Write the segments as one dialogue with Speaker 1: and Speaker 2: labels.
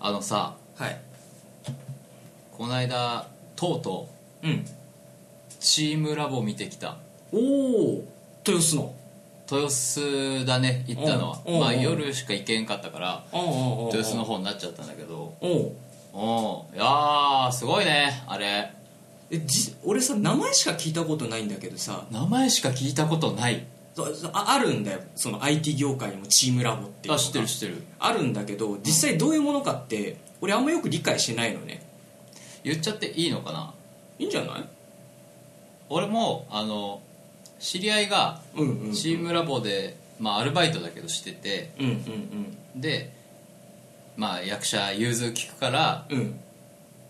Speaker 1: あのさ
Speaker 2: はい
Speaker 1: この間とうと
Speaker 2: うん
Speaker 1: うチームラボ見てきた
Speaker 2: おお豊洲の
Speaker 1: 豊洲だね行ったのは
Speaker 2: うんうん
Speaker 1: まあ
Speaker 2: うん
Speaker 1: 夜しか行けんかったから
Speaker 2: ああああ
Speaker 1: 豊洲の方になっちゃったんだけど
Speaker 2: おお
Speaker 1: うんいやーすごいねあれ
Speaker 2: えじ俺さ名前しか聞いたことないんだけどさ
Speaker 1: 名前しか聞いたことない
Speaker 2: そそああるんだよその IT 業界にもチームラボっていうの
Speaker 1: あ
Speaker 2: が
Speaker 1: 知ってる知ってる
Speaker 2: あるんだけど実際どういうものかって俺あんまよく理解してないのね
Speaker 1: 言っちゃっていいのかない
Speaker 2: いんじゃない
Speaker 1: 俺もあの知り合いが
Speaker 2: うんうんうん
Speaker 1: チームラボで、まあ、アルバイトだけどしてて
Speaker 2: うんうん
Speaker 1: で、まあ、役者融通聞くから
Speaker 2: うんうん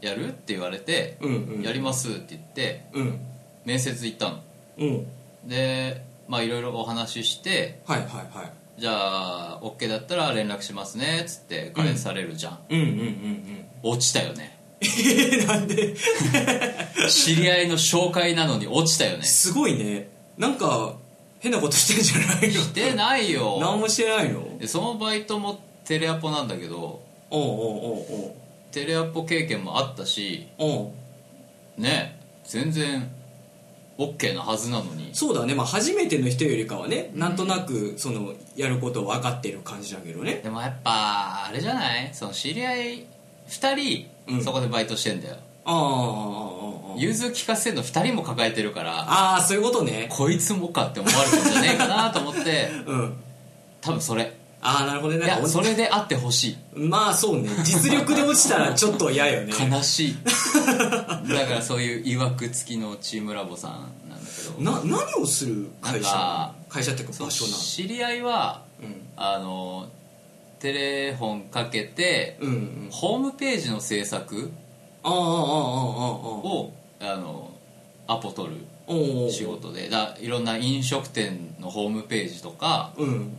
Speaker 1: やるって言われて、
Speaker 2: うんうん
Speaker 1: やりますって言って
Speaker 2: うん
Speaker 1: 面接行ったの
Speaker 2: うん
Speaker 1: でまあいろいろお話しして
Speaker 2: はいはいは
Speaker 1: じゃあ OK だったら連絡しますねっつって返されるじゃん、
Speaker 2: いうんうんうんうん
Speaker 1: 落ちたよね
Speaker 2: えなんで
Speaker 1: 知り合いの紹介なのに落ちたよね
Speaker 2: すごいねなんか変なことしてんじゃないの
Speaker 1: してない
Speaker 2: 何
Speaker 1: よ
Speaker 2: もしてないの
Speaker 1: でそのバイトもテレアポなんだけど
Speaker 2: おうおうおう
Speaker 1: テレアポ経験もあったし
Speaker 2: おうおう
Speaker 1: ね全然 OK なはずなのに
Speaker 2: そうだねまあ初めての人よりかはねなんとなくそのやることを分かってる感じだけどね
Speaker 1: でもやっぱあれじゃないその知り合い2
Speaker 2: う
Speaker 1: 人
Speaker 2: ん
Speaker 1: そこでバイトしてんだよ、
Speaker 2: ああああああ
Speaker 1: 融通聞かせるの2人も抱えてるから
Speaker 2: ああそういうことね
Speaker 1: こいつもかって思われたんじゃねえかなと思 って
Speaker 2: うん
Speaker 1: 多分それ
Speaker 2: ああなるほどね
Speaker 1: い
Speaker 2: なん
Speaker 1: や
Speaker 2: か
Speaker 1: それであってほしい
Speaker 2: まあそ うね実力で落ちたらちょっと嫌よね
Speaker 1: 悲 しいだからそういういわくつきのチームラボさんなんだけど
Speaker 2: な何をする会
Speaker 1: な
Speaker 2: 社
Speaker 1: んか
Speaker 2: 会社っていうか
Speaker 1: その
Speaker 2: 場所な
Speaker 1: 知り合いはあのテレフォンかけて
Speaker 2: のうんうん
Speaker 1: ホームページの制作
Speaker 2: ああああああああ
Speaker 1: をあのアポ取る
Speaker 2: おう
Speaker 1: 仕事でだいろんな飲食店のホームページとか
Speaker 2: うん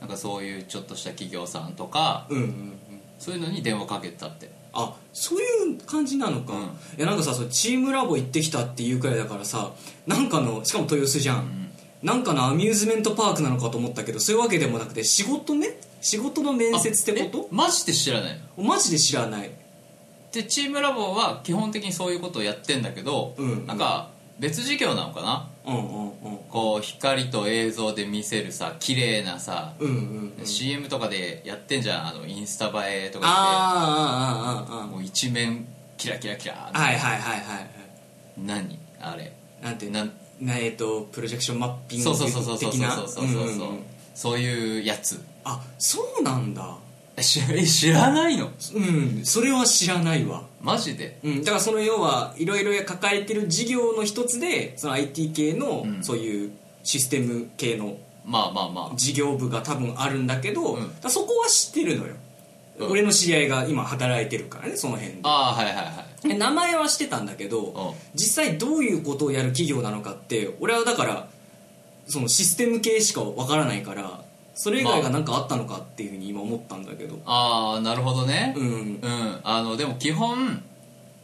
Speaker 1: なんかそういうちょっとした企業さんとか
Speaker 2: うんうんうん
Speaker 1: そういうのに電話かけてたって
Speaker 2: あそういう感じなのか、
Speaker 1: うん
Speaker 2: いやなんかさそのチームラボ行ってきたっていうくらいだからさなんかのしかも豊洲じゃん、なんかのアミューズメントパークなのかと思ったけどそういうわけでもなくて仕事ね仕事の面接ってこ
Speaker 1: えマジで知らないの
Speaker 2: とマジで知らない
Speaker 1: でチームラボは基本的にそういうことをやってんだけど、
Speaker 2: うん
Speaker 1: なんか別事業なのかな
Speaker 2: うんうんうん
Speaker 1: こう光と映像で見せるさ綺麗なさ、
Speaker 2: うんうんうん
Speaker 1: CM とかでやってんじゃんあのインスタ映えとか
Speaker 2: あーあーあ
Speaker 1: で
Speaker 2: ーあー
Speaker 1: もう一面キラキラキラ
Speaker 2: あーはいはいはいはい
Speaker 1: 何あれ
Speaker 2: なんて
Speaker 1: なん
Speaker 2: なえっとプロジェクションマッピング
Speaker 1: そうそうそうそうそう
Speaker 2: 的
Speaker 1: そう
Speaker 2: な
Speaker 1: そうそうそう,、
Speaker 2: んんん
Speaker 1: そういうやつ
Speaker 2: あそうなんだ
Speaker 1: え知え知らないの
Speaker 2: うんそれは知らないわ
Speaker 1: マジで
Speaker 2: うん、だからその要はいろいろ抱えてる事業の一つでその IT 系の
Speaker 1: うん
Speaker 2: そういうシステム系の
Speaker 1: まあまあま
Speaker 2: 事業部が多分あるんだけど、
Speaker 1: うん
Speaker 2: だからそこは知ってるのよ、
Speaker 1: うん
Speaker 2: 俺の知り合いが今働いてるからねその辺で
Speaker 1: ああーはいはいはい
Speaker 2: で名前はしてたんだけど
Speaker 1: う
Speaker 2: 実際どういうことをやる企業なのかって俺はだからそのシステム系しかわからないからそれ以外が何かあったのかっていうふうに今思ったんだけど、
Speaker 1: ああなるほどね
Speaker 2: うん
Speaker 1: うん、あのでも基本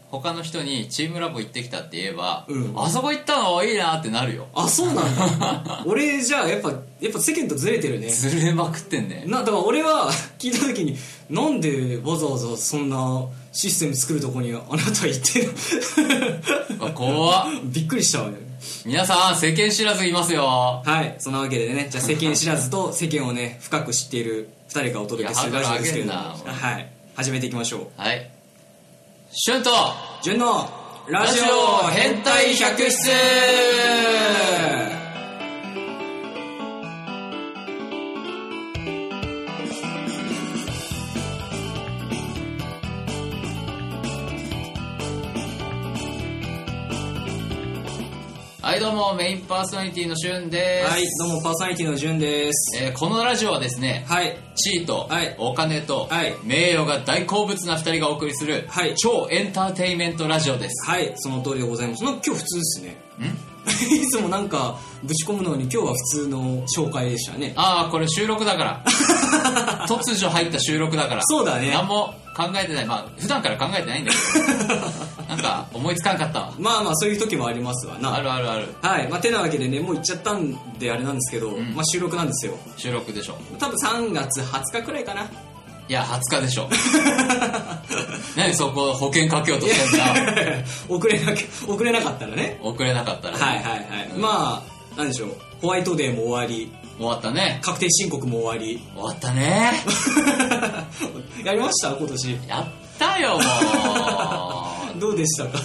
Speaker 1: 他の人にチームラボ行ってきたって言えば、
Speaker 2: うん
Speaker 1: あそこ行ったのいいなってなるよ
Speaker 2: あそうなん だ俺じゃあやっぱやっぱ世間とずれてるね
Speaker 1: ずれまくってんね
Speaker 2: なだから俺は 聞いた時になんでわざわざそんなシステム作るとこにあなた行ってる
Speaker 1: あ怖っ
Speaker 2: びっくりしたわね
Speaker 1: 皆さん世間知らずいますよ
Speaker 2: はいそんなわけでねじゃあ世間知ら ずと世間をね深く知っている2人がお届けする
Speaker 1: いや
Speaker 2: ラジオですけれども
Speaker 1: ハードル上げんな
Speaker 2: はい始めていきましょ
Speaker 1: はいシュンと
Speaker 2: う純のラジオ変態百室
Speaker 1: はいどうもメインパーソナリティのシュンです、
Speaker 2: はいどうもパーソナリティの純です
Speaker 1: えーこのラジオはですね
Speaker 2: はい
Speaker 1: 地位と
Speaker 2: はい
Speaker 1: お金と
Speaker 2: はい
Speaker 1: 名誉が大好物な二人がお送りする
Speaker 2: はい
Speaker 1: 超エンターテインメントラジオです
Speaker 2: はいその通りでございますなんか今日普通ですね
Speaker 1: ん
Speaker 2: いつもなんかぶち込むのに今日は普通の紹介でしたね
Speaker 1: ああこれ収録だ から突如入った収録だから
Speaker 2: そうだね
Speaker 1: 何も考えてないまあ普段から考えてないんだ けどなんか思いつかんかったわ
Speaker 2: まあまあそういう時もありますわ
Speaker 1: あ
Speaker 2: な
Speaker 1: るあるある
Speaker 2: はいまあてなわけでねもう行っちゃったんであれなんですけど、
Speaker 1: ん
Speaker 2: まあ収録なんですよ
Speaker 1: 収録でしょ
Speaker 2: 多分3月20日くらいかな
Speaker 1: いや20日でし ょ何そこ保険かけようとしてんだ
Speaker 2: 遅れなけ遅れなかったらね
Speaker 1: 遅れなかったら、
Speaker 2: はいはいはい、
Speaker 1: うん
Speaker 2: まあなんでしょうホワイトデーも終わり
Speaker 1: 終わったね
Speaker 2: 確定申告も終わり
Speaker 1: 終わったね
Speaker 2: やりました今年
Speaker 1: やったよも
Speaker 2: どうでしたか
Speaker 1: う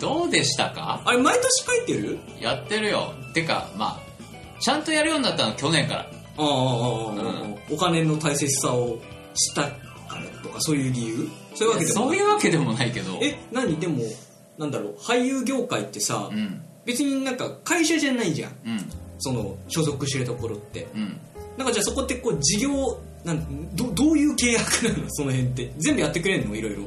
Speaker 1: どうでしたか
Speaker 2: あれ毎年書いてる
Speaker 1: やってるよてかまあちゃんとやるようになったの去年から
Speaker 2: ああああああ、
Speaker 1: うん
Speaker 2: お金の大切さを知ったからとかそういう理由そういうわけでも
Speaker 1: そういうわけでもないけど
Speaker 2: え何でもなんだろう俳優業界ってさ、
Speaker 1: うん
Speaker 2: 別になんか会社じゃないじゃん
Speaker 1: うん
Speaker 2: その所属してるところって
Speaker 1: うん
Speaker 2: なんかじゃあそこってこう事業なんどどういう契約なのその辺って全部やってくれんのいろいろ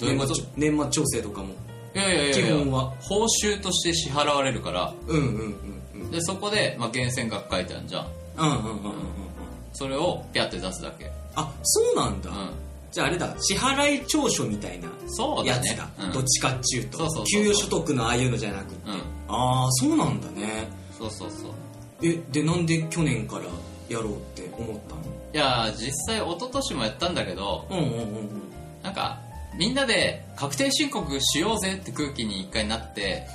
Speaker 1: どういう
Speaker 2: 年
Speaker 1: こと
Speaker 2: 末年末調整とかも
Speaker 1: いやいやいやいや
Speaker 2: 基本は
Speaker 1: 報酬として支払われるから
Speaker 2: うんうんうんうん
Speaker 1: でそこで、まあ、源泉額書いてあるじゃん
Speaker 2: うんうんうんうんうん
Speaker 1: それをピャって出すだけ
Speaker 2: あそうなんだ、
Speaker 1: うん
Speaker 2: じゃああれだ支払い調書みたいな
Speaker 1: そう
Speaker 2: や
Speaker 1: だ
Speaker 2: つ
Speaker 1: ねう
Speaker 2: だ、
Speaker 1: ん
Speaker 2: どっちかっちゅうと
Speaker 1: そうそうそう
Speaker 2: 給与所得のああいうのじゃなくて、
Speaker 1: うん
Speaker 2: ああそうなんだね
Speaker 1: そうそうそう
Speaker 2: えでなんで去年からやろうって思ったの
Speaker 1: いや実際一昨年もやったんだけど
Speaker 2: うんうんうんうん
Speaker 1: なんかみんなで確定申告しようぜって空気に一回なって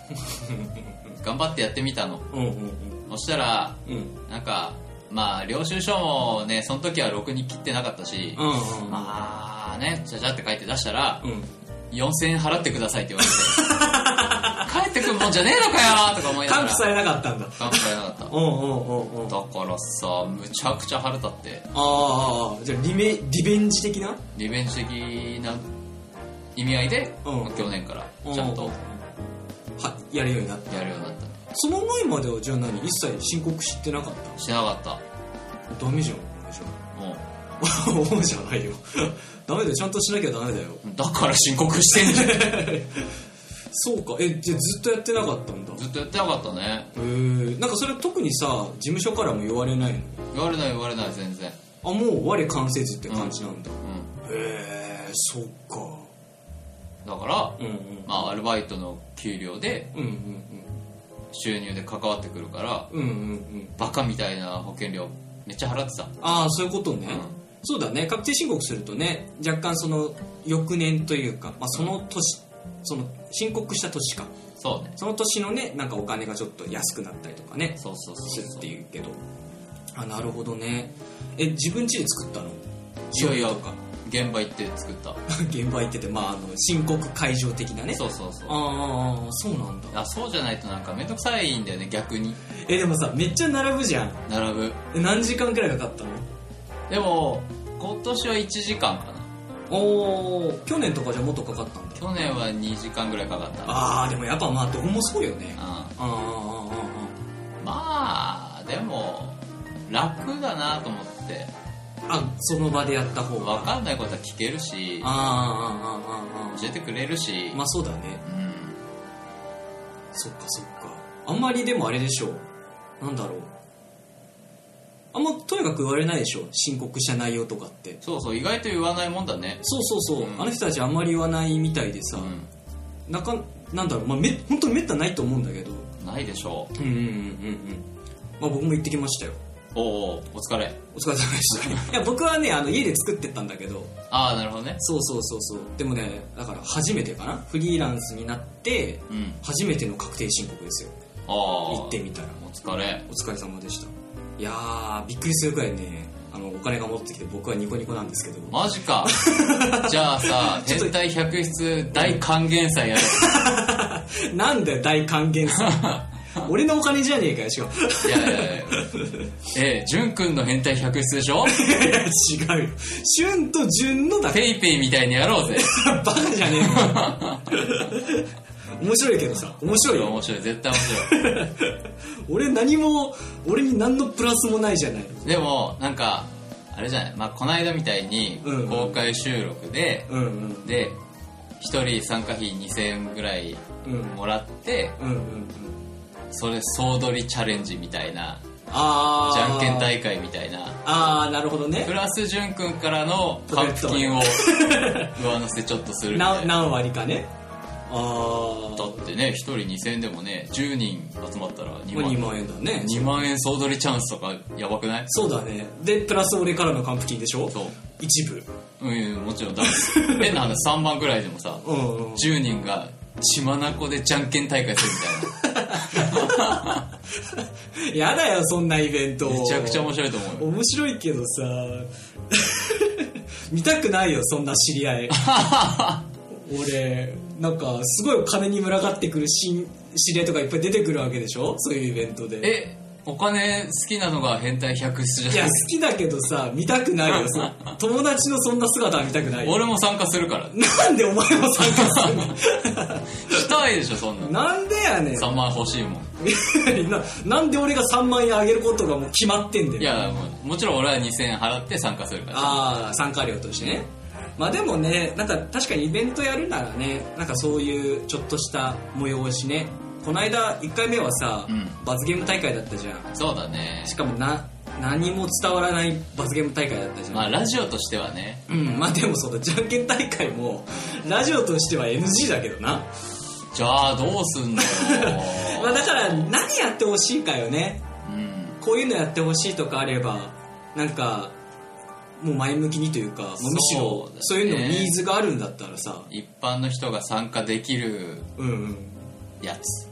Speaker 1: 頑張ってやってみたの
Speaker 2: うんうん
Speaker 1: そしたら
Speaker 2: うんうん
Speaker 1: なんかまあ領収書もねその時はろくに切ってなかったし、
Speaker 2: うんうんうん
Speaker 1: まあねちゃちゃって書いて出したら
Speaker 2: うん
Speaker 1: 4000円払ってくださいって言 われて帰ってくるもんじゃねえのかよとか思いなが
Speaker 2: 還
Speaker 1: ら
Speaker 2: 付されなかったんだ
Speaker 1: 還付されなかった
Speaker 2: うんうんうんうんあ
Speaker 1: だからさむちゃくちゃ腹立って
Speaker 2: あーじゃあリメリベンジ的な
Speaker 1: リベンジ的な意味合いで、
Speaker 2: うん
Speaker 1: 去年からちゃん
Speaker 2: う
Speaker 1: と
Speaker 2: はやるようになった
Speaker 1: やるようになったね
Speaker 2: その前まではじゃあ何一切申告してなかっ
Speaker 1: してなかった
Speaker 2: たダメじゃん俺じゃん
Speaker 1: も
Speaker 2: 思うじゃないよダメだよちゃんとしなきゃダメだよ
Speaker 1: うだから申告してん じゃん
Speaker 2: そうかえじゃあずっとやってなかったんだへ
Speaker 1: ずっとやってなかったね
Speaker 2: えんかそれ特にさ事務所からも言われないの
Speaker 1: 言われない言われない全然
Speaker 2: あもう我関せずって感じなんだ、
Speaker 1: う
Speaker 2: へえそっか
Speaker 1: んだから、
Speaker 2: うんうん
Speaker 1: まあアルバイトの給料で
Speaker 2: うん
Speaker 1: 収入で関わってくるから
Speaker 2: うんうんうんうんうん
Speaker 1: バカみたいな保険料めっちゃ払ってた
Speaker 2: ああそういうことね、
Speaker 1: うん
Speaker 2: そうだね確定申告するとね若干その翌年というか、まあ、その年その申告した年か
Speaker 1: そうね
Speaker 2: その年のねなんかお金がちょっと安くなったりとかね
Speaker 1: そうそうそう
Speaker 2: す
Speaker 1: そ
Speaker 2: っ
Speaker 1: う
Speaker 2: ていうけどあなるほどねえ自分家で作ったの
Speaker 1: いやいや
Speaker 2: 醤油とか
Speaker 1: 現場行って作った
Speaker 2: 現場行っててまああの申告会場的なね
Speaker 1: そうそうそう
Speaker 2: ああそうなんだ
Speaker 1: あそうじゃないとなんかめんどくさいんだよね逆に
Speaker 2: えでもさめっちゃ並ぶじゃん
Speaker 1: 並ぶ
Speaker 2: え何時間くらいかかったの
Speaker 1: でも今年は1時間かな
Speaker 2: おお去年とかじゃもっとかかったんだ
Speaker 1: 去年は2時間ぐらいかかった
Speaker 2: ああでもやっぱまあどこもそうよね
Speaker 1: う
Speaker 2: ああああ
Speaker 1: んまあでも楽だなと思って
Speaker 2: あああその場でやった方が
Speaker 1: 分かんないことは聞けるし
Speaker 2: あーあーあーあーあ
Speaker 1: 教えてくれるし、
Speaker 2: ーまあそうだね
Speaker 1: うん
Speaker 2: そっかそっかあんまりでもあれでしょうなんだろうあんまとにかく言われないでしょ申告した内容とかって
Speaker 1: そうそう意外と言わないもんだね
Speaker 2: そうそうそう、
Speaker 1: うん
Speaker 2: あの人たちあんまり言わないみたいでさ、
Speaker 1: う
Speaker 2: なかなんだろう、まあ、め本当にめったにないと思うんだけど
Speaker 1: んないでしょう
Speaker 2: うんうんうんうんまあ僕も行ってきましたよ
Speaker 1: おうおうお疲れ
Speaker 2: お疲れ様でした いや僕はねあの家で作ってったんだけど
Speaker 1: ああなるほどね
Speaker 2: そうそうそうそうでもねだから初めてかなフリーランスになって
Speaker 1: うん
Speaker 2: 初めての確定申告ですよ
Speaker 1: ああ
Speaker 2: 行ってみたら
Speaker 1: お疲れ
Speaker 2: お疲れ様でしたいやーびっくりするくらいねあのお金が戻ってきて僕はニコニコなんですけど、
Speaker 1: マジか じゃあさ
Speaker 2: ちょっと
Speaker 1: 天体百出大還元祭やる
Speaker 2: なんだよ大還 元さ俺のお金じゃねえかよしかも
Speaker 1: いやいやいやええ潤くんの変態百出でし ょ
Speaker 2: いや違うよ旬と順のだけ
Speaker 1: ペイペイみたいにやろうぜ
Speaker 2: バカじゃねえか 面白いけどさ面白いよ
Speaker 1: 面白い絶対面白い
Speaker 2: 俺何も俺に何のプラスもないじゃない
Speaker 1: でもなんかあれじゃない、まあ、この間みたいに
Speaker 2: うん
Speaker 1: 公開収録で、
Speaker 2: うんうん
Speaker 1: で1人参加費2000円ぐらい
Speaker 2: うんうん
Speaker 1: もらって
Speaker 2: うんうん
Speaker 1: それ総取りチャレンジみたいな
Speaker 2: ああ
Speaker 1: じゃんけん大会みたいな
Speaker 2: ああなるほどね
Speaker 1: プラス潤くんからの還付金を上乗せちょっとするみた
Speaker 2: ない
Speaker 1: な
Speaker 2: 何割かねあ
Speaker 1: だってね1人2000円でもね10人集まったら2
Speaker 2: ま
Speaker 1: 万
Speaker 2: あ2
Speaker 1: 円
Speaker 2: 万円だね
Speaker 1: 2万円総取りチャンスとかやばくない
Speaker 2: そうだねでプラス俺からの還付金でしょ
Speaker 1: そう
Speaker 2: 一部
Speaker 1: うんうんもちろんだって変な話3番ぐらいでもさ
Speaker 2: うんうん
Speaker 1: 10人が血眼でじゃんけん大会するみた
Speaker 2: やだよそんなイベント
Speaker 1: いなめちゃくちゃ面白いと思うよ
Speaker 2: 面白いけどさ 見たくないよそんな知 り合い俺なんかすごい金に群がってくる新知り合いとかいっぱい出てくるわけでしょそういうイベントで
Speaker 1: えお金好きなのが変態100室
Speaker 2: い
Speaker 1: じゃな
Speaker 2: や好
Speaker 1: い
Speaker 2: きだけどさ見たくないよそ友達のそんな姿は見たくないよ
Speaker 1: 俺も参加するから
Speaker 2: なんでお前も参加する
Speaker 1: したいでしょそんな
Speaker 2: の
Speaker 1: の
Speaker 2: なんでやねん
Speaker 1: 3万欲しいもん
Speaker 2: な なんで俺が3万円あげることがもう決まってんだよ
Speaker 1: いやもうもちろん俺は2000円払って参加するから
Speaker 2: ああ参加料としてねまあでもねなんか確かにイベントやるならねなんかそういうちょっとした催しねこの間1回目はさ、
Speaker 1: うん
Speaker 2: 罰ゲーム大会だったじゃん
Speaker 1: そうだね
Speaker 2: しかもな何も伝わらない罰ゲーム大会だったじゃん、
Speaker 1: まあラジオとしてはね
Speaker 2: うんまあでもそのじゃんけん大会もラジオとしては NG だけどな、
Speaker 1: じゃあどうすんのよ
Speaker 2: まあ、だから何やってほしいかよね
Speaker 1: うん
Speaker 2: こういうのやってほしいとかあればなんかもう前向きにというか、まあ、むし
Speaker 1: そう
Speaker 2: ろ
Speaker 1: だね
Speaker 2: そういうのニーズがあるんだったらさ
Speaker 1: 一般の人が参加できる
Speaker 2: う んうん
Speaker 1: やつ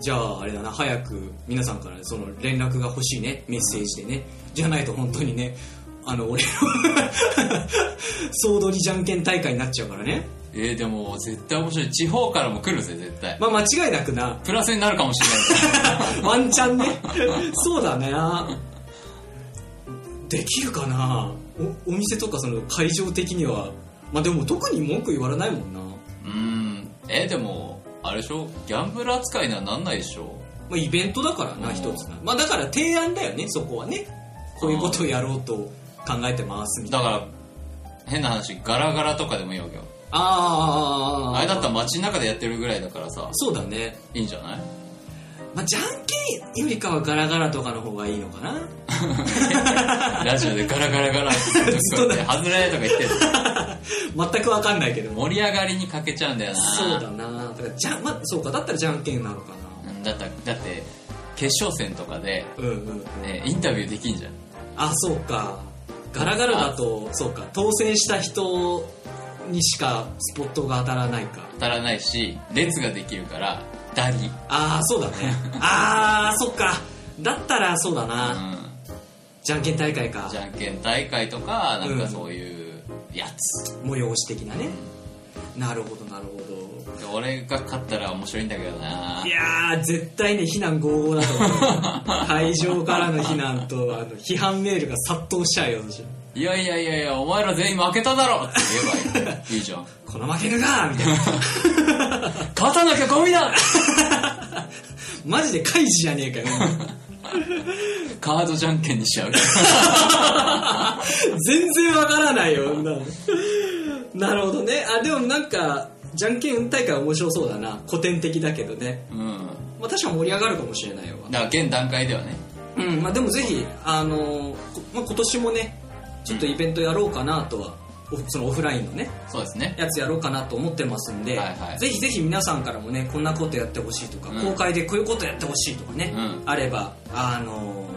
Speaker 2: じゃああれだな早く皆さんからその連絡が欲しいねメッセージでねじゃないと本当にねあの 俺の総取りじゃんけん大会になっちゃうからね
Speaker 1: えー、でも絶対面白い地方からも来るぜ絶対
Speaker 2: まあ間違いなくな
Speaker 1: プラスになるかもしれ ない
Speaker 2: ワンチャンねそうだねできるかなおお店とかその会場的にはまあでも特に文句言われないもんな、ま
Speaker 1: うーんえー、でもあれでしょギャンブル扱いにはなんないでしょ
Speaker 2: あ、イベントだからな
Speaker 1: うん
Speaker 2: 一つなまあだから提案だよねそこはねこういうことをやろうと考えてますみたいな
Speaker 1: だから変な話ガラガラとかでもいいわけよ
Speaker 2: ああ
Speaker 1: あれだったら街の中でやってるぐらいだからさ
Speaker 2: そうだね、
Speaker 1: いいんじゃない
Speaker 2: まあ、じゃんけんよりかはガラガラとかの方がいいのかな
Speaker 1: ラジオでガラガラガラってずっとこうやって外れとか言ってる
Speaker 2: 全くわかんないけども
Speaker 1: 盛り上がりに欠けちゃうんだよな
Speaker 2: そうだなだからじゃん、まあ、そうかだったらじゃんけんなのかな
Speaker 1: うんだっただって決勝戦とかで、
Speaker 2: うんうん
Speaker 1: ね、インタビューできんじゃん
Speaker 2: あそうかガラガラだとそうか当選した人にしかスポットが当たらないか
Speaker 1: 当たらないし列ができるからダリ、
Speaker 2: ああそうだねああそっかだったらそうだな、
Speaker 1: う
Speaker 2: じゃんけん大会か
Speaker 1: ん、じゃんけん大会とかなん
Speaker 2: う
Speaker 1: か
Speaker 2: ん
Speaker 1: そういうやつ、
Speaker 2: 催し的なねなるほどなるほど
Speaker 1: で俺が勝ったら面白いんだけどない
Speaker 2: やー、絶対ね、非難合々だと思う。会場からの非難と、あの、批判メールが殺到しちゃうよ、私
Speaker 1: いやいやいやいやお前ら全員負けただろって言えばいいいいじゃん
Speaker 2: この負けるがみたいな。
Speaker 1: 勝たなきゃゴミだ
Speaker 2: マジで開示じゃねえかよ。
Speaker 1: カードじゃんけんにし ちゃう
Speaker 2: 全然わからないよ、女なるほどね。あ、でもなんか、じゃんけん大会面白そうだな。古典的だけどね。
Speaker 1: うん
Speaker 2: まあ確か盛り上がるかもしれないわ。
Speaker 1: だから現段階ではね
Speaker 2: うん、まあでもぜひ、あのーこまあ、今年もね、ちょっとイベントやろうかなとは、オフそのオフラインのね。
Speaker 1: そうですね
Speaker 2: やつやろうかなと思ってますんで、
Speaker 1: はいはい
Speaker 2: ぜひぜひ皆さんからもねこんなことやってほしいとか、
Speaker 1: うん
Speaker 2: 公開でこういうことやってほしいとかね、
Speaker 1: うん
Speaker 2: あれば、あのー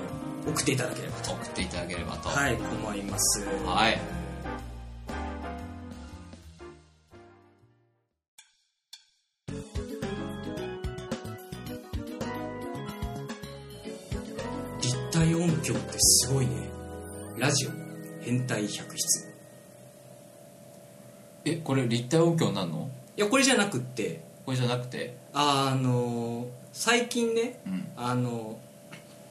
Speaker 2: 送っていただければと、
Speaker 1: 送っていただければと
Speaker 2: はい、思います。
Speaker 1: はい
Speaker 2: 立体音響ってすごいね。ラジオ変態百室。
Speaker 1: えこれ立体音響なんの
Speaker 2: いやこれじゃなくって
Speaker 1: これじゃなくて
Speaker 2: あのー最近ね
Speaker 1: うん
Speaker 2: あの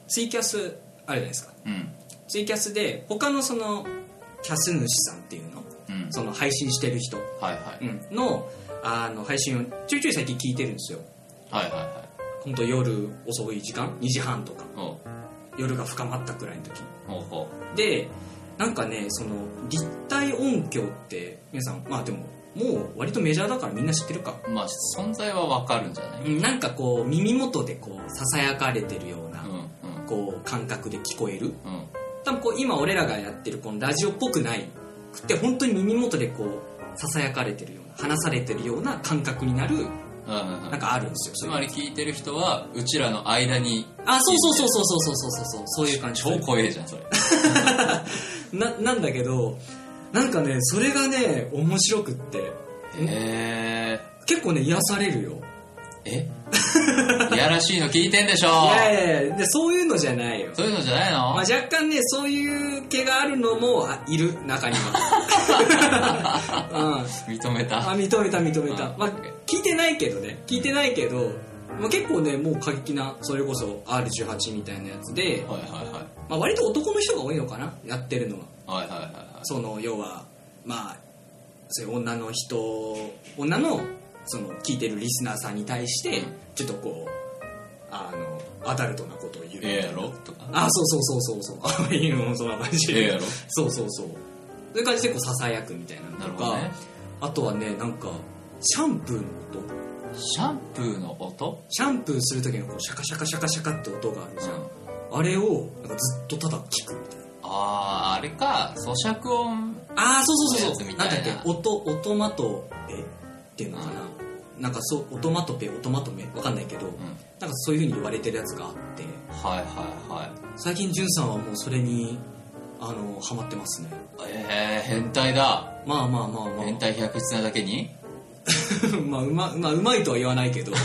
Speaker 2: ツイキャスあれじゃないですか
Speaker 1: うん
Speaker 2: ツイキャスで他のそのキャス主さんっていうの
Speaker 1: うん
Speaker 2: その配信してる人
Speaker 1: はいはい、
Speaker 2: のあの配信をちょいちょい最近聞いてるんですよ
Speaker 1: はいはいは
Speaker 2: 本当夜遅い時間2時半とか
Speaker 1: いおう
Speaker 2: 夜が深まったくらいの時
Speaker 1: ほうほ
Speaker 2: でなんかねその立体音響って皆さんまあでももう割とメジャーだからみんな知ってるか
Speaker 1: うまあ存在はわかるんじゃない
Speaker 2: うんなんかこう耳元でこうささやかれてるような
Speaker 1: うんうん
Speaker 2: こう感覚で聞こえる
Speaker 1: うん
Speaker 2: 多分こう今俺らがやってるこのラジオっぽくないくって本当に耳元でこうささやかれてるような話されてるような感覚になる
Speaker 1: うんうんうん
Speaker 2: なんかあるんですよそ
Speaker 1: つ
Speaker 2: う
Speaker 1: ま
Speaker 2: いう
Speaker 1: り聞いてる人はうちらの間に
Speaker 2: あそうそうそうそうそうそうそうそうそういう感じ
Speaker 1: 超怖えじゃんそれ
Speaker 2: ななんだけどなんかねそれがね面白くって
Speaker 1: え
Speaker 2: 結構ね癒されるよ
Speaker 1: ー、えいやらしいの聞いてんでしょ
Speaker 2: いやいやいやでそういうのじゃないよ、
Speaker 1: そういうのじゃないの
Speaker 2: まあ、若干ねそういう毛があるのもあいる中に は、うん、
Speaker 1: 認めた
Speaker 2: あ認めた認めた、
Speaker 1: うん
Speaker 2: まあ、聞いてないけどね聞いてないけど、まあ、結構ねもう過激なそれこそ R18 みたいなやつで、
Speaker 1: はいはいはい
Speaker 2: まあ、割と男の人が多いのかなやってるのは
Speaker 1: はいはいはいはい
Speaker 2: その要はまあそういう女の人女のその聞いてるリスナーさんに対して
Speaker 1: うん
Speaker 2: ちょっとこうあのアダルトなことを言うみたい
Speaker 1: ええ
Speaker 2: な
Speaker 1: やろとか
Speaker 2: あそうそうそうそうそう あいいのそんな感じ
Speaker 1: ええやろ
Speaker 2: そうそうそうそういう感じでこうささやくみたいな
Speaker 1: な
Speaker 2: のと
Speaker 1: るほど
Speaker 2: か、
Speaker 1: ね
Speaker 2: あとはねなんかシャンプーの音
Speaker 1: シャンプーの音
Speaker 2: シャンプーする時のこうシャカシャカシャカシャカって音があるじゃん、あれをなんかずっとただ聞くみたいな
Speaker 1: あああれか咀嚼音
Speaker 2: ああそうそうそうそう
Speaker 1: そういうやつみ
Speaker 2: な
Speaker 1: た
Speaker 2: ん
Speaker 1: い
Speaker 2: だ
Speaker 1: な
Speaker 2: っけ音オトマトペっていうのかな、なんかそうオトマトペオトマトメわかんないけ
Speaker 1: う
Speaker 2: ど、
Speaker 1: ん
Speaker 2: なんかそういうふうに言われてるやつがあって
Speaker 1: はいはい
Speaker 2: 最近じゅんさんはもうそれにあのハマってますね
Speaker 1: はいええ変態だ
Speaker 2: まあまあまあまあ
Speaker 1: 変態百出なだけに
Speaker 2: まあうままあうまいとは言わないけどう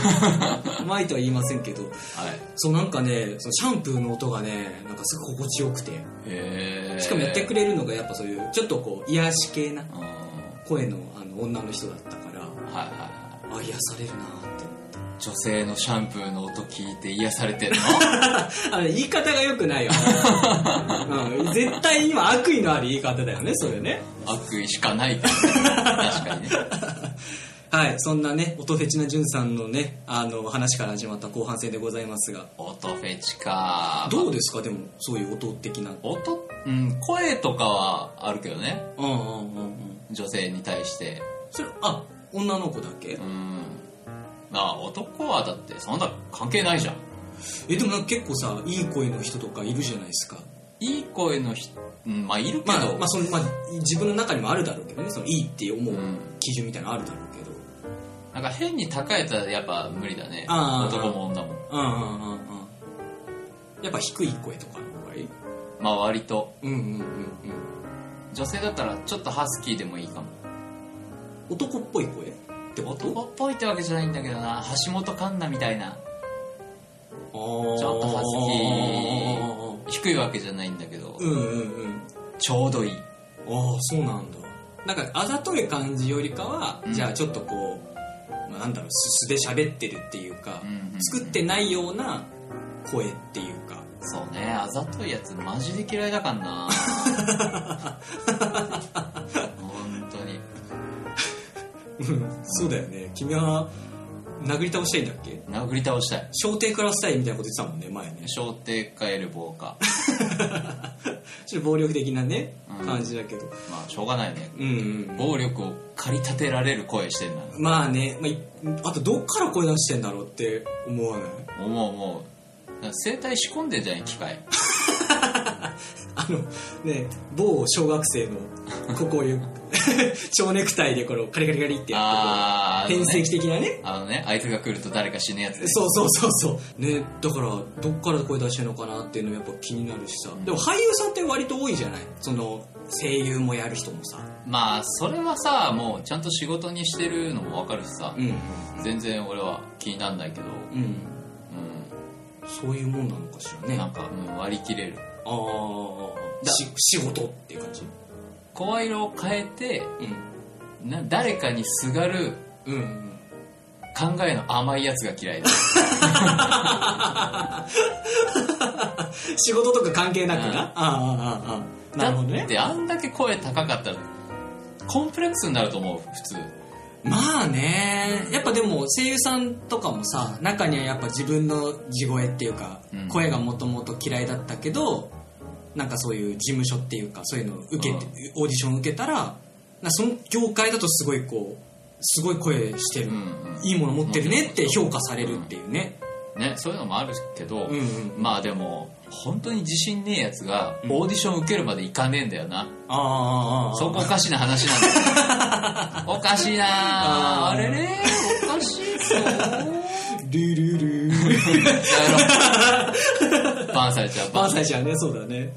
Speaker 2: まいとは言いませんけど
Speaker 1: はい
Speaker 2: そうなんかねそのシャンプーの音がねなんかすごい心地よくて
Speaker 1: へえ
Speaker 2: しかもやってくれるのがやっぱそういうちょっとこう癒し系な
Speaker 1: うんはい
Speaker 2: 声のあの女の人だったから
Speaker 1: はいは
Speaker 2: あ癒されるなーって
Speaker 1: い女性のシャンプーの音聞いて癒されてる
Speaker 2: あの言い方が良くないよ、うん、絶対今悪意のある言い方だよねそれね
Speaker 1: の悪意しかないからね確かにね
Speaker 2: はいそんなね音フェチなじゅんさんのねあの話から始まった後半戦でございますが
Speaker 1: 音フェチか
Speaker 2: どうですかでもそういう音的な
Speaker 1: 音うん声とかはあるけどね
Speaker 2: うんうんうんうん
Speaker 1: 女性に対して
Speaker 2: それあ女の子だけ
Speaker 1: うんまあ男はだってそんな関係ないじゃん
Speaker 2: えでもなんか結構さいい声の人とかいるじゃないですか
Speaker 1: いい声の人うんまあいるけ
Speaker 2: まあ
Speaker 1: ど、
Speaker 2: まあそのまあ、自分の中にもあるだろうけどねそのいいって思う
Speaker 1: うん
Speaker 2: 基準みたいなのあるだろうけど
Speaker 1: なんか変に高いやつはやっぱ無理だね
Speaker 2: あー
Speaker 1: 男も女も
Speaker 2: うんうんうんうんやっぱ低い声とかの方がいい
Speaker 1: まあ割と
Speaker 2: うんうんうんうん
Speaker 1: 女性だったらちょっとハスキーでもいいかも
Speaker 2: 男っぽい声ってこと
Speaker 1: 男っぽいってわけじゃないんだけどな橋本環奈みたいな
Speaker 2: ちょ
Speaker 1: ちょっとハスキ低いわけじゃないんだけど、
Speaker 2: うんうんうん
Speaker 1: ちょうどいい
Speaker 2: ああそうなんだなんかあざとい感じよりかは、
Speaker 1: うん
Speaker 2: じゃあちょっとこう、まあ、なんだろう素で喋ってるっていうか、
Speaker 1: うんうんうん
Speaker 2: 作ってないような声っていうか
Speaker 1: そうねあざといやつマジで嫌いだかんな 本当に
Speaker 2: そうだよね君は殴り倒したいんだっけ
Speaker 1: 殴り倒したい
Speaker 2: 小艇食らわせたいみたいなこと言ってたもんね前ね
Speaker 1: 小手かエルボーか
Speaker 2: ちょっと暴力的なね、
Speaker 1: うん
Speaker 2: 感じだけど
Speaker 1: まあしょうがないね
Speaker 2: うんうん
Speaker 1: 暴力を駆り立てられる声してんな
Speaker 2: まあね、まあい、あとどっから声出してんだろうって思わない
Speaker 1: 思う思うなんか声帯仕込んでんじゃない機械
Speaker 2: あのね某小学生のここを 蝶ネクタイでこれをカリカリカリってや
Speaker 1: あ
Speaker 2: って
Speaker 1: ー
Speaker 2: こ
Speaker 1: あ
Speaker 2: う
Speaker 1: の
Speaker 2: 変
Speaker 1: ね
Speaker 2: 跡的なね
Speaker 1: あのねあいつが来ると誰か死ぬやつね
Speaker 2: そうそうそうそうねだからどっから声出してるのかなっていうのもやっぱ気になるしさ、でも俳優さんって割と多いじゃないその声優もやる人もさ
Speaker 1: まあそれはさもうちゃんと仕事にしてるのもわかるしさ、
Speaker 2: うん
Speaker 1: 全然俺は気になんないけど、
Speaker 2: うん
Speaker 1: う
Speaker 2: そういうもんなのかしら
Speaker 1: ん、
Speaker 2: ね
Speaker 1: な
Speaker 2: あ
Speaker 1: んか、うん、割り切れる
Speaker 2: あ
Speaker 1: だ
Speaker 2: し仕事っていう感じ
Speaker 1: 声色を変えて
Speaker 2: う
Speaker 1: な誰かにすがる
Speaker 2: んうんうん
Speaker 1: 考えの甘いやつが嫌いだ
Speaker 2: 仕事とか関係なくな、
Speaker 1: うん
Speaker 2: ああああああ なるほど
Speaker 1: だっ
Speaker 2: ね
Speaker 1: てあんだけ声高かったらコンプレックスになると思う普通
Speaker 2: まあねやっぱでも声優さんとかもさ中にはやっぱ自分の地声っていうか、
Speaker 1: うん
Speaker 2: 声がもともと嫌いだったけどなんかそういう事務所っていうかそういうのを受けて、
Speaker 1: うん
Speaker 2: オーディション受けたらなその業界だとすごいこうすごい声してる、
Speaker 1: うんうん
Speaker 2: いいもの持ってるねって評価されるっていうね
Speaker 1: ねそういうのもあるけど、
Speaker 2: うんうん
Speaker 1: まあでも本当に自信ねえやつがオーディション受けるまで行かねえんだよな、
Speaker 2: ああああ
Speaker 1: そこおかしな話なんだ よおかしいなあ
Speaker 2: あー
Speaker 1: れれおかしいぞ
Speaker 2: ルルル
Speaker 1: バンされちゃう
Speaker 2: バ
Speaker 1: バ
Speaker 2: ン
Speaker 1: ン
Speaker 2: サイちゃんねそうだね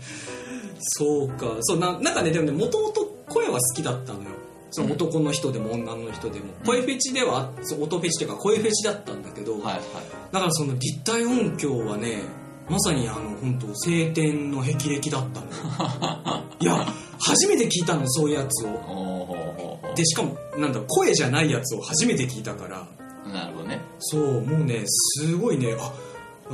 Speaker 2: そうかそうななんかねでもねもともと声は好きだったのよその男の人でも女の人でも、声フェチではそう音フェチというか声フェチだったんだけど、
Speaker 1: はいはい
Speaker 2: だからその立体音響はねまさにあの本当晴天の霹靂だった のいや初めて聞いたのそういうやつを
Speaker 1: おーほーほーほ
Speaker 2: でしかもなんだ声じゃないやつを初めて聞いたから
Speaker 1: ーなるほどね
Speaker 2: そうもうねすごいねあ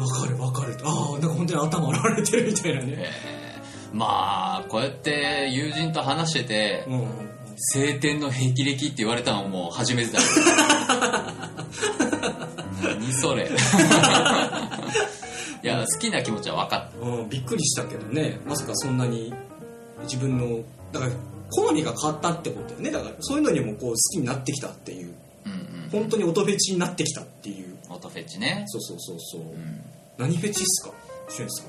Speaker 2: わかるわかるああなんか本当に頭洗われてるみたいなね、
Speaker 1: えーまあこうやって友人と話してて、
Speaker 2: うんうんうん、
Speaker 1: 晴天の霹靂って言われたのも初め てだ何そ れいや好きな気持ちは分かっ
Speaker 2: うん、びっくりしたけどねまさかそんなに自分のだから好みが変わったってことだよねだからそういうのにもこう好きになってきたっていう
Speaker 1: たうんうん
Speaker 2: 本当に音フェチになってきたっていう
Speaker 1: 音フェチね、
Speaker 2: そうそうそうそう、
Speaker 1: うん、
Speaker 2: 何フェチっすかシュンさ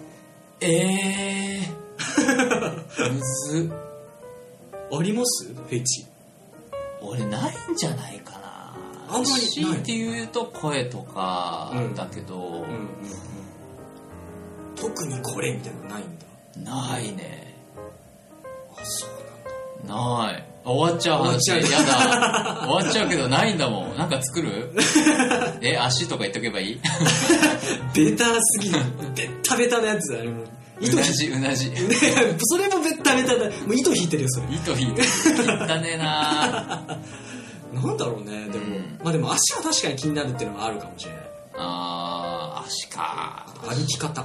Speaker 1: ええー、むずっ
Speaker 2: んありますフェチ
Speaker 1: 俺ないんじゃないかな
Speaker 2: あんまりない
Speaker 1: 強いて言うと声とかだけど、
Speaker 2: うんうんうん特にこれみたいなのないんだ
Speaker 1: ないね
Speaker 2: あそうなんだ
Speaker 1: ない終わっちゃう話
Speaker 2: 終わっち
Speaker 1: やだ終わっちゃうけどないんだもんなんか作 るえ足とか言っとけばいい
Speaker 2: ベタすぎるベッタベタなやつだねもう
Speaker 1: う
Speaker 2: 糸
Speaker 1: な
Speaker 2: 引い
Speaker 1: じうなじ
Speaker 2: ね それもベッタベタだもう糸引いてるよそれ
Speaker 1: 糸引いて汚ねえな
Speaker 2: なんだろうねでも、
Speaker 1: うん
Speaker 2: まあでも足は確かに気になるっていうのがあるかもしれない
Speaker 1: あー足か
Speaker 2: 歩き方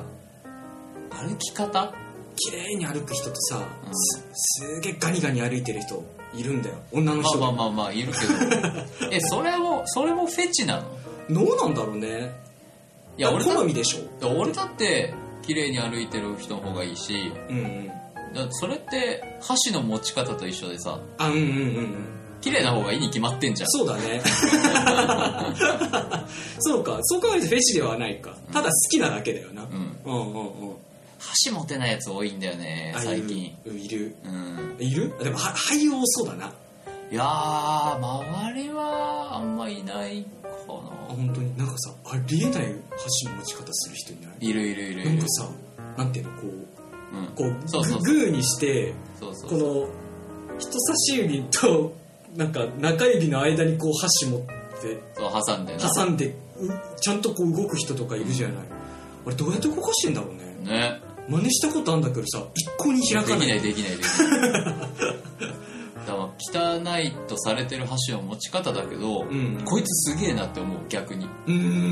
Speaker 1: 歩き方
Speaker 2: 綺麗に歩く人とさ、
Speaker 1: うん
Speaker 2: すすげえガニガニ歩いてる人いるんだよ女の
Speaker 1: まあ
Speaker 2: 人
Speaker 1: まあまあまあいるけどえそれもそれもフェチなの
Speaker 2: どうなんだろうね
Speaker 1: いや俺だ
Speaker 2: 好みでしょ
Speaker 1: 俺だって綺麗に歩いてる人の方がいいし
Speaker 2: うんうん
Speaker 1: だってそれって箸の持ち方と一緒でさ
Speaker 2: あうんうんうんうん
Speaker 1: 綺麗な方がいいに決まってんじゃん
Speaker 2: そうだ ねそうかそう考えるとフェチではないかただ好きなだけだよな、うん、
Speaker 1: うん
Speaker 2: うんうん
Speaker 1: 箸持てないやつ多いんだよね
Speaker 2: あ
Speaker 1: 最近
Speaker 2: いるいる
Speaker 1: うん
Speaker 2: いるあでもは俳優多そうだなあ
Speaker 1: いやー周りはあんまいないかな
Speaker 2: 本当になんかさありえない箸の持ち方する人いない
Speaker 1: いるいるいるいる
Speaker 2: なんかさなんていうのこう
Speaker 1: うん
Speaker 2: こう
Speaker 1: そうそう
Speaker 2: ググーにして
Speaker 1: そうそう
Speaker 2: この人差し指となんか中指の間にこう箸持って
Speaker 1: そう挟んでな
Speaker 2: 挟んでうちゃんとこう動く人とかいるじゃない、あれどうやって動かしてんだろうね
Speaker 1: ね
Speaker 2: 真似したことあるんだけどさ一向に開かない
Speaker 1: できないできない できないだから汚いとされてる箸の持ち方だけど、
Speaker 2: うんうん
Speaker 1: こいつすげえなって思う逆に
Speaker 2: うんうんうんうんうん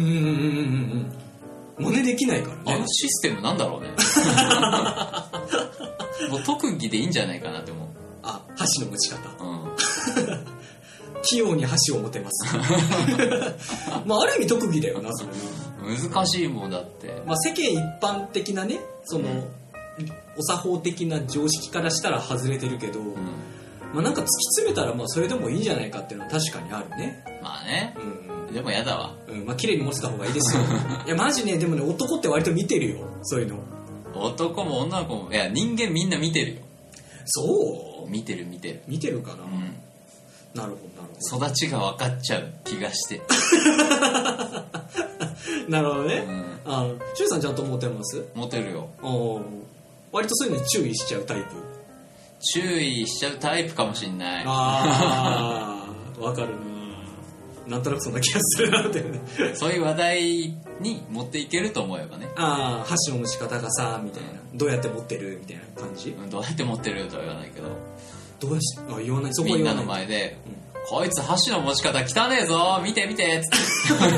Speaker 2: うん真似できないから
Speaker 1: あ
Speaker 2: ね
Speaker 1: のシステムなんだろうねもう特技でいいんじゃないかなって思
Speaker 2: あ箸の持ち方
Speaker 1: う、うん、
Speaker 2: 器用に箸を持てます まあある意味特技だよなそれ
Speaker 1: 難しいもんだって
Speaker 2: まあ、世間一般的なねその、
Speaker 1: うん
Speaker 2: お作法的な常識からしたら外れてるけど、
Speaker 1: うん
Speaker 2: まあ、なんか突き詰めたらまあそれでもいいんじゃないかっていうのは確かにあるね
Speaker 1: まあね
Speaker 2: うんうん
Speaker 1: でもやだわ
Speaker 2: うんまあ綺麗に持ってた方がい いですよいやマジねでもね男って割と見てるよそういうの
Speaker 1: 男も女の子もいや人間みんな見てるよ
Speaker 2: そう
Speaker 1: 見てる見てる
Speaker 2: 見てるかな、
Speaker 1: うん
Speaker 2: なるほどなるほ
Speaker 1: 育ちが分かっちゃう気がして、
Speaker 2: ど なるほど
Speaker 1: う
Speaker 2: ね、
Speaker 1: ん、
Speaker 2: ああシュウさんちゃんと持てます
Speaker 1: モテるよ
Speaker 2: ああ割とそういうのに注意しちゃうタイプ
Speaker 1: 注意しちゃうタイプかもしんない
Speaker 2: ああわかるななんとなくそんな気がするなってね
Speaker 1: そういう話題に持っていけると思えばね。
Speaker 2: ああ箸の持ち方がさみたいなどうやって持ってるみたいな感じ
Speaker 1: うんどうやって持ってるとは言わないけど、
Speaker 2: どうやしあ言わないそこは
Speaker 1: みん
Speaker 2: 言
Speaker 1: な
Speaker 2: わ
Speaker 1: の
Speaker 2: な
Speaker 1: 前
Speaker 2: い
Speaker 1: で、こいつ箸の持ち方汚ねえぞ見て見てつっ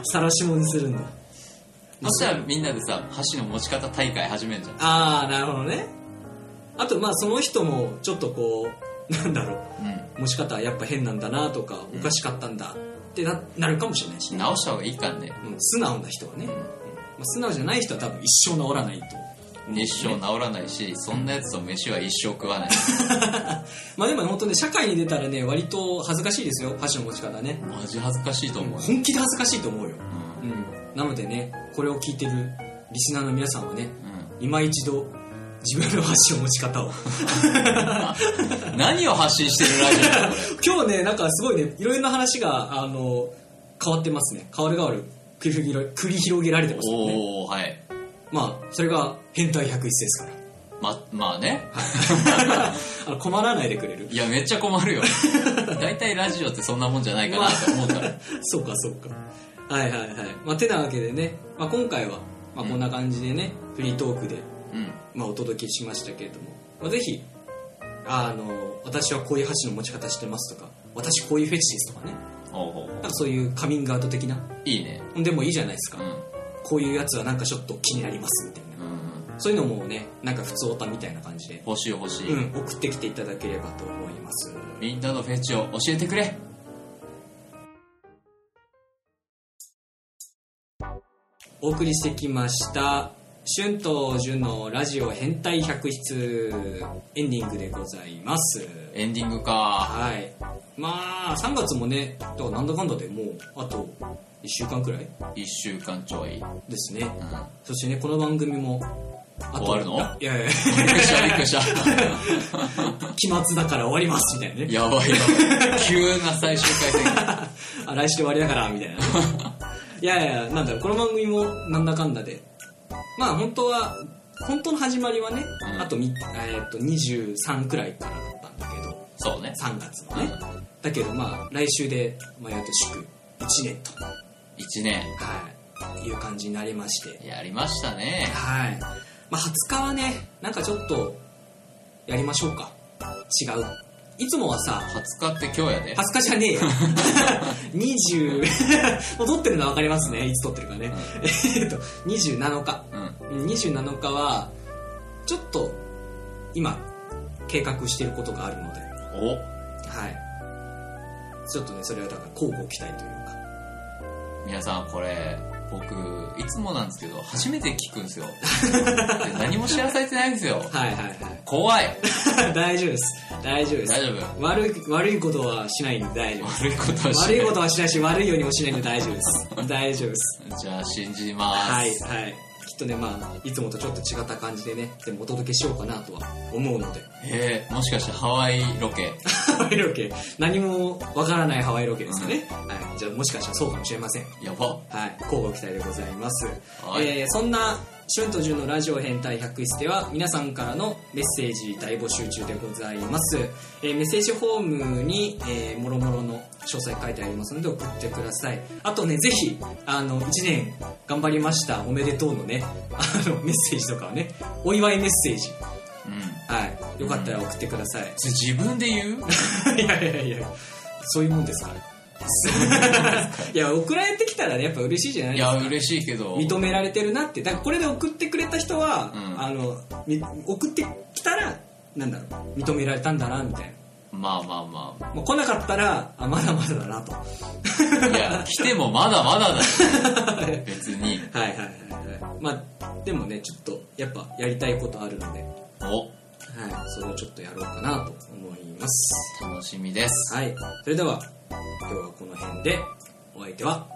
Speaker 1: て。
Speaker 2: さらしもにするんだ
Speaker 1: そしたらみんなでさ、箸の持ち方大会始めるじゃん。
Speaker 2: ああなるほどねあとまあその人もちょっとこうなんだろう持ち方やっぱ変なんだなとかおかしかったんだってななるかもしれないし
Speaker 1: うん。
Speaker 2: ね、
Speaker 1: 直した方がいいからね。
Speaker 2: うん、素直な人はね、
Speaker 1: う
Speaker 2: ま
Speaker 1: ん
Speaker 2: あ、素直じゃない人は多分一生治らないと
Speaker 1: 一生治らないし、そんなやつと飯は一生食わない。
Speaker 2: まあでも本当ね社会に出たらね割と恥ずかしいですよ箸の持ち方ね
Speaker 1: マジ恥ずかしいと思うよ。
Speaker 2: 本気で恥ずかしいと思うよ
Speaker 1: うん。
Speaker 2: うん、なのでねこれを聞いてるリスナーの皆さんはね
Speaker 1: うん。
Speaker 2: い今一度自分の発信の仕方を
Speaker 1: 何を発信してるラジオだこ
Speaker 2: 今日ねなんかすごいねいろいろな話があの変わってますね変わる変わる繰り広げら繰り広げられてます
Speaker 1: れ
Speaker 2: よね
Speaker 1: おおはい
Speaker 2: まあそれが変態101ですから
Speaker 1: ままあね
Speaker 2: あの困らないでくれる
Speaker 1: いやめっちゃ困 るよ大体ラジオってそんなもんじゃないかなと思うから
Speaker 2: そうかそうかはいはいはいまあてなわけでね、まあ、今回は、まあ、こんな感じでね、フリートークで、
Speaker 1: うん
Speaker 2: まあ、お届けしましたけれども、まあ、ぜひあの私はこういう箸の持ち方してますとか私こういうフェチですとかね
Speaker 1: ほうほうほ
Speaker 2: なんかそういうカミングアウト的な
Speaker 1: ういいね
Speaker 2: でもいいじゃないですか、
Speaker 1: うん
Speaker 2: こういうやつはなんかちょっと気になりますみたいな
Speaker 1: うん
Speaker 2: そういうのもねなんか普通オタみたいな感じで、
Speaker 1: 欲しい欲しい、
Speaker 2: うん、送ってきていただければと思います
Speaker 1: みんなのフェチを教えてくれ
Speaker 2: お送りしてきました春と純のラジオ変態百室エンディングでございます
Speaker 1: エンディングか
Speaker 2: はいまあ3月もねだからなんだかんだでもうあと1週間くらい
Speaker 1: 1週間ちょい、うん、
Speaker 2: ですね
Speaker 1: あ
Speaker 2: そしてねこの番組もあと
Speaker 1: 終わるの
Speaker 2: いやい
Speaker 1: びっ
Speaker 2: や
Speaker 1: くりしたびっくりし
Speaker 2: 期末だから終わりますみたいなね
Speaker 1: たやばいやばい急な最終回戦
Speaker 2: あ来週終わりだからみたいな いやいやなんだろうこの番組もなんだかんだでまあ本当は本当の始まりはね、
Speaker 1: うん
Speaker 2: あとみ、えーっと23くらいからだったんだけど
Speaker 1: そうね
Speaker 2: 3月のね、だけどまあ来週で、まあ、やっと祝1年と、
Speaker 1: 1年
Speaker 2: はい、いう感じになりまして
Speaker 1: やりましたね
Speaker 2: はい、まあ、20日はねなんかちょっとやりましょうか違ういつもはさ
Speaker 1: 20日って今日やで
Speaker 2: 20日じゃねえよ 20もう撮ってるのは分かりますねいつ撮ってるかねえっと27日
Speaker 1: うん
Speaker 2: うん27日はちょっと今計画していることがあるので
Speaker 1: お
Speaker 2: はいちょっとねそれはだから交互期待というか
Speaker 1: 皆さんこれ僕いつもなんですけど初めて聞くんですよで何も知らされてないんですよ
Speaker 2: はいはいは
Speaker 1: 怖い
Speaker 2: い 大丈夫です大丈夫で
Speaker 1: 大
Speaker 2: す
Speaker 1: 丈夫
Speaker 2: 悪い悪いことはしないんで大丈夫
Speaker 1: 悪いことは し
Speaker 2: 悪い
Speaker 1: な
Speaker 2: ことはしないし悪いようにもしないんで大丈夫です大丈夫です
Speaker 1: じゃあ信じます、
Speaker 2: はいはいきっとねまあいつもとちょっと違った感じでねでもお届けしようかなとは思うので
Speaker 1: えー、もしかしてハワイロケ
Speaker 2: ハワイロケ何もわからないハワイロケですかね、はい、じゃあもしかしたらそうかもしれません
Speaker 1: やば
Speaker 2: はい、交互期待でございます、
Speaker 1: はい
Speaker 2: えーそんな春と純のラジオ変態百室では皆さんからのメッセージ大募集中でございます、えーメッセージフォームに、えー、もろもろの詳細書いてありますので送ってくださいあとねぜひあの1年頑張りましたおめでとうのねあのメッセージとかをねお祝いメッセージ
Speaker 1: うん
Speaker 2: はいよかったら送ってください、
Speaker 1: それ自分で言う
Speaker 2: いやいやいやそういうもんですから いや送られてきたらねやっぱ嬉しいじゃない
Speaker 1: い
Speaker 2: ですか
Speaker 1: や嬉しいけど
Speaker 2: 認められてるなってだからこれで送ってくれた人は、
Speaker 1: うん
Speaker 2: あのみ送ってきたらなんだろう認められたんだなみたい
Speaker 1: まあまあま
Speaker 2: な、まあ、来なかったらあまだまだだなとは
Speaker 1: あいや来てもまだまだだし別に
Speaker 2: いはいはいはいまあでもねちょっとやっぱやりたいことあるので、はい、
Speaker 1: お
Speaker 2: それをちょっとやろうかなと思います
Speaker 1: 楽しみです
Speaker 2: はいそれでは今日はこの辺でお相手は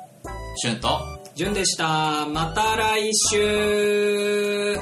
Speaker 1: シュンと
Speaker 2: じゅんでしたまた来週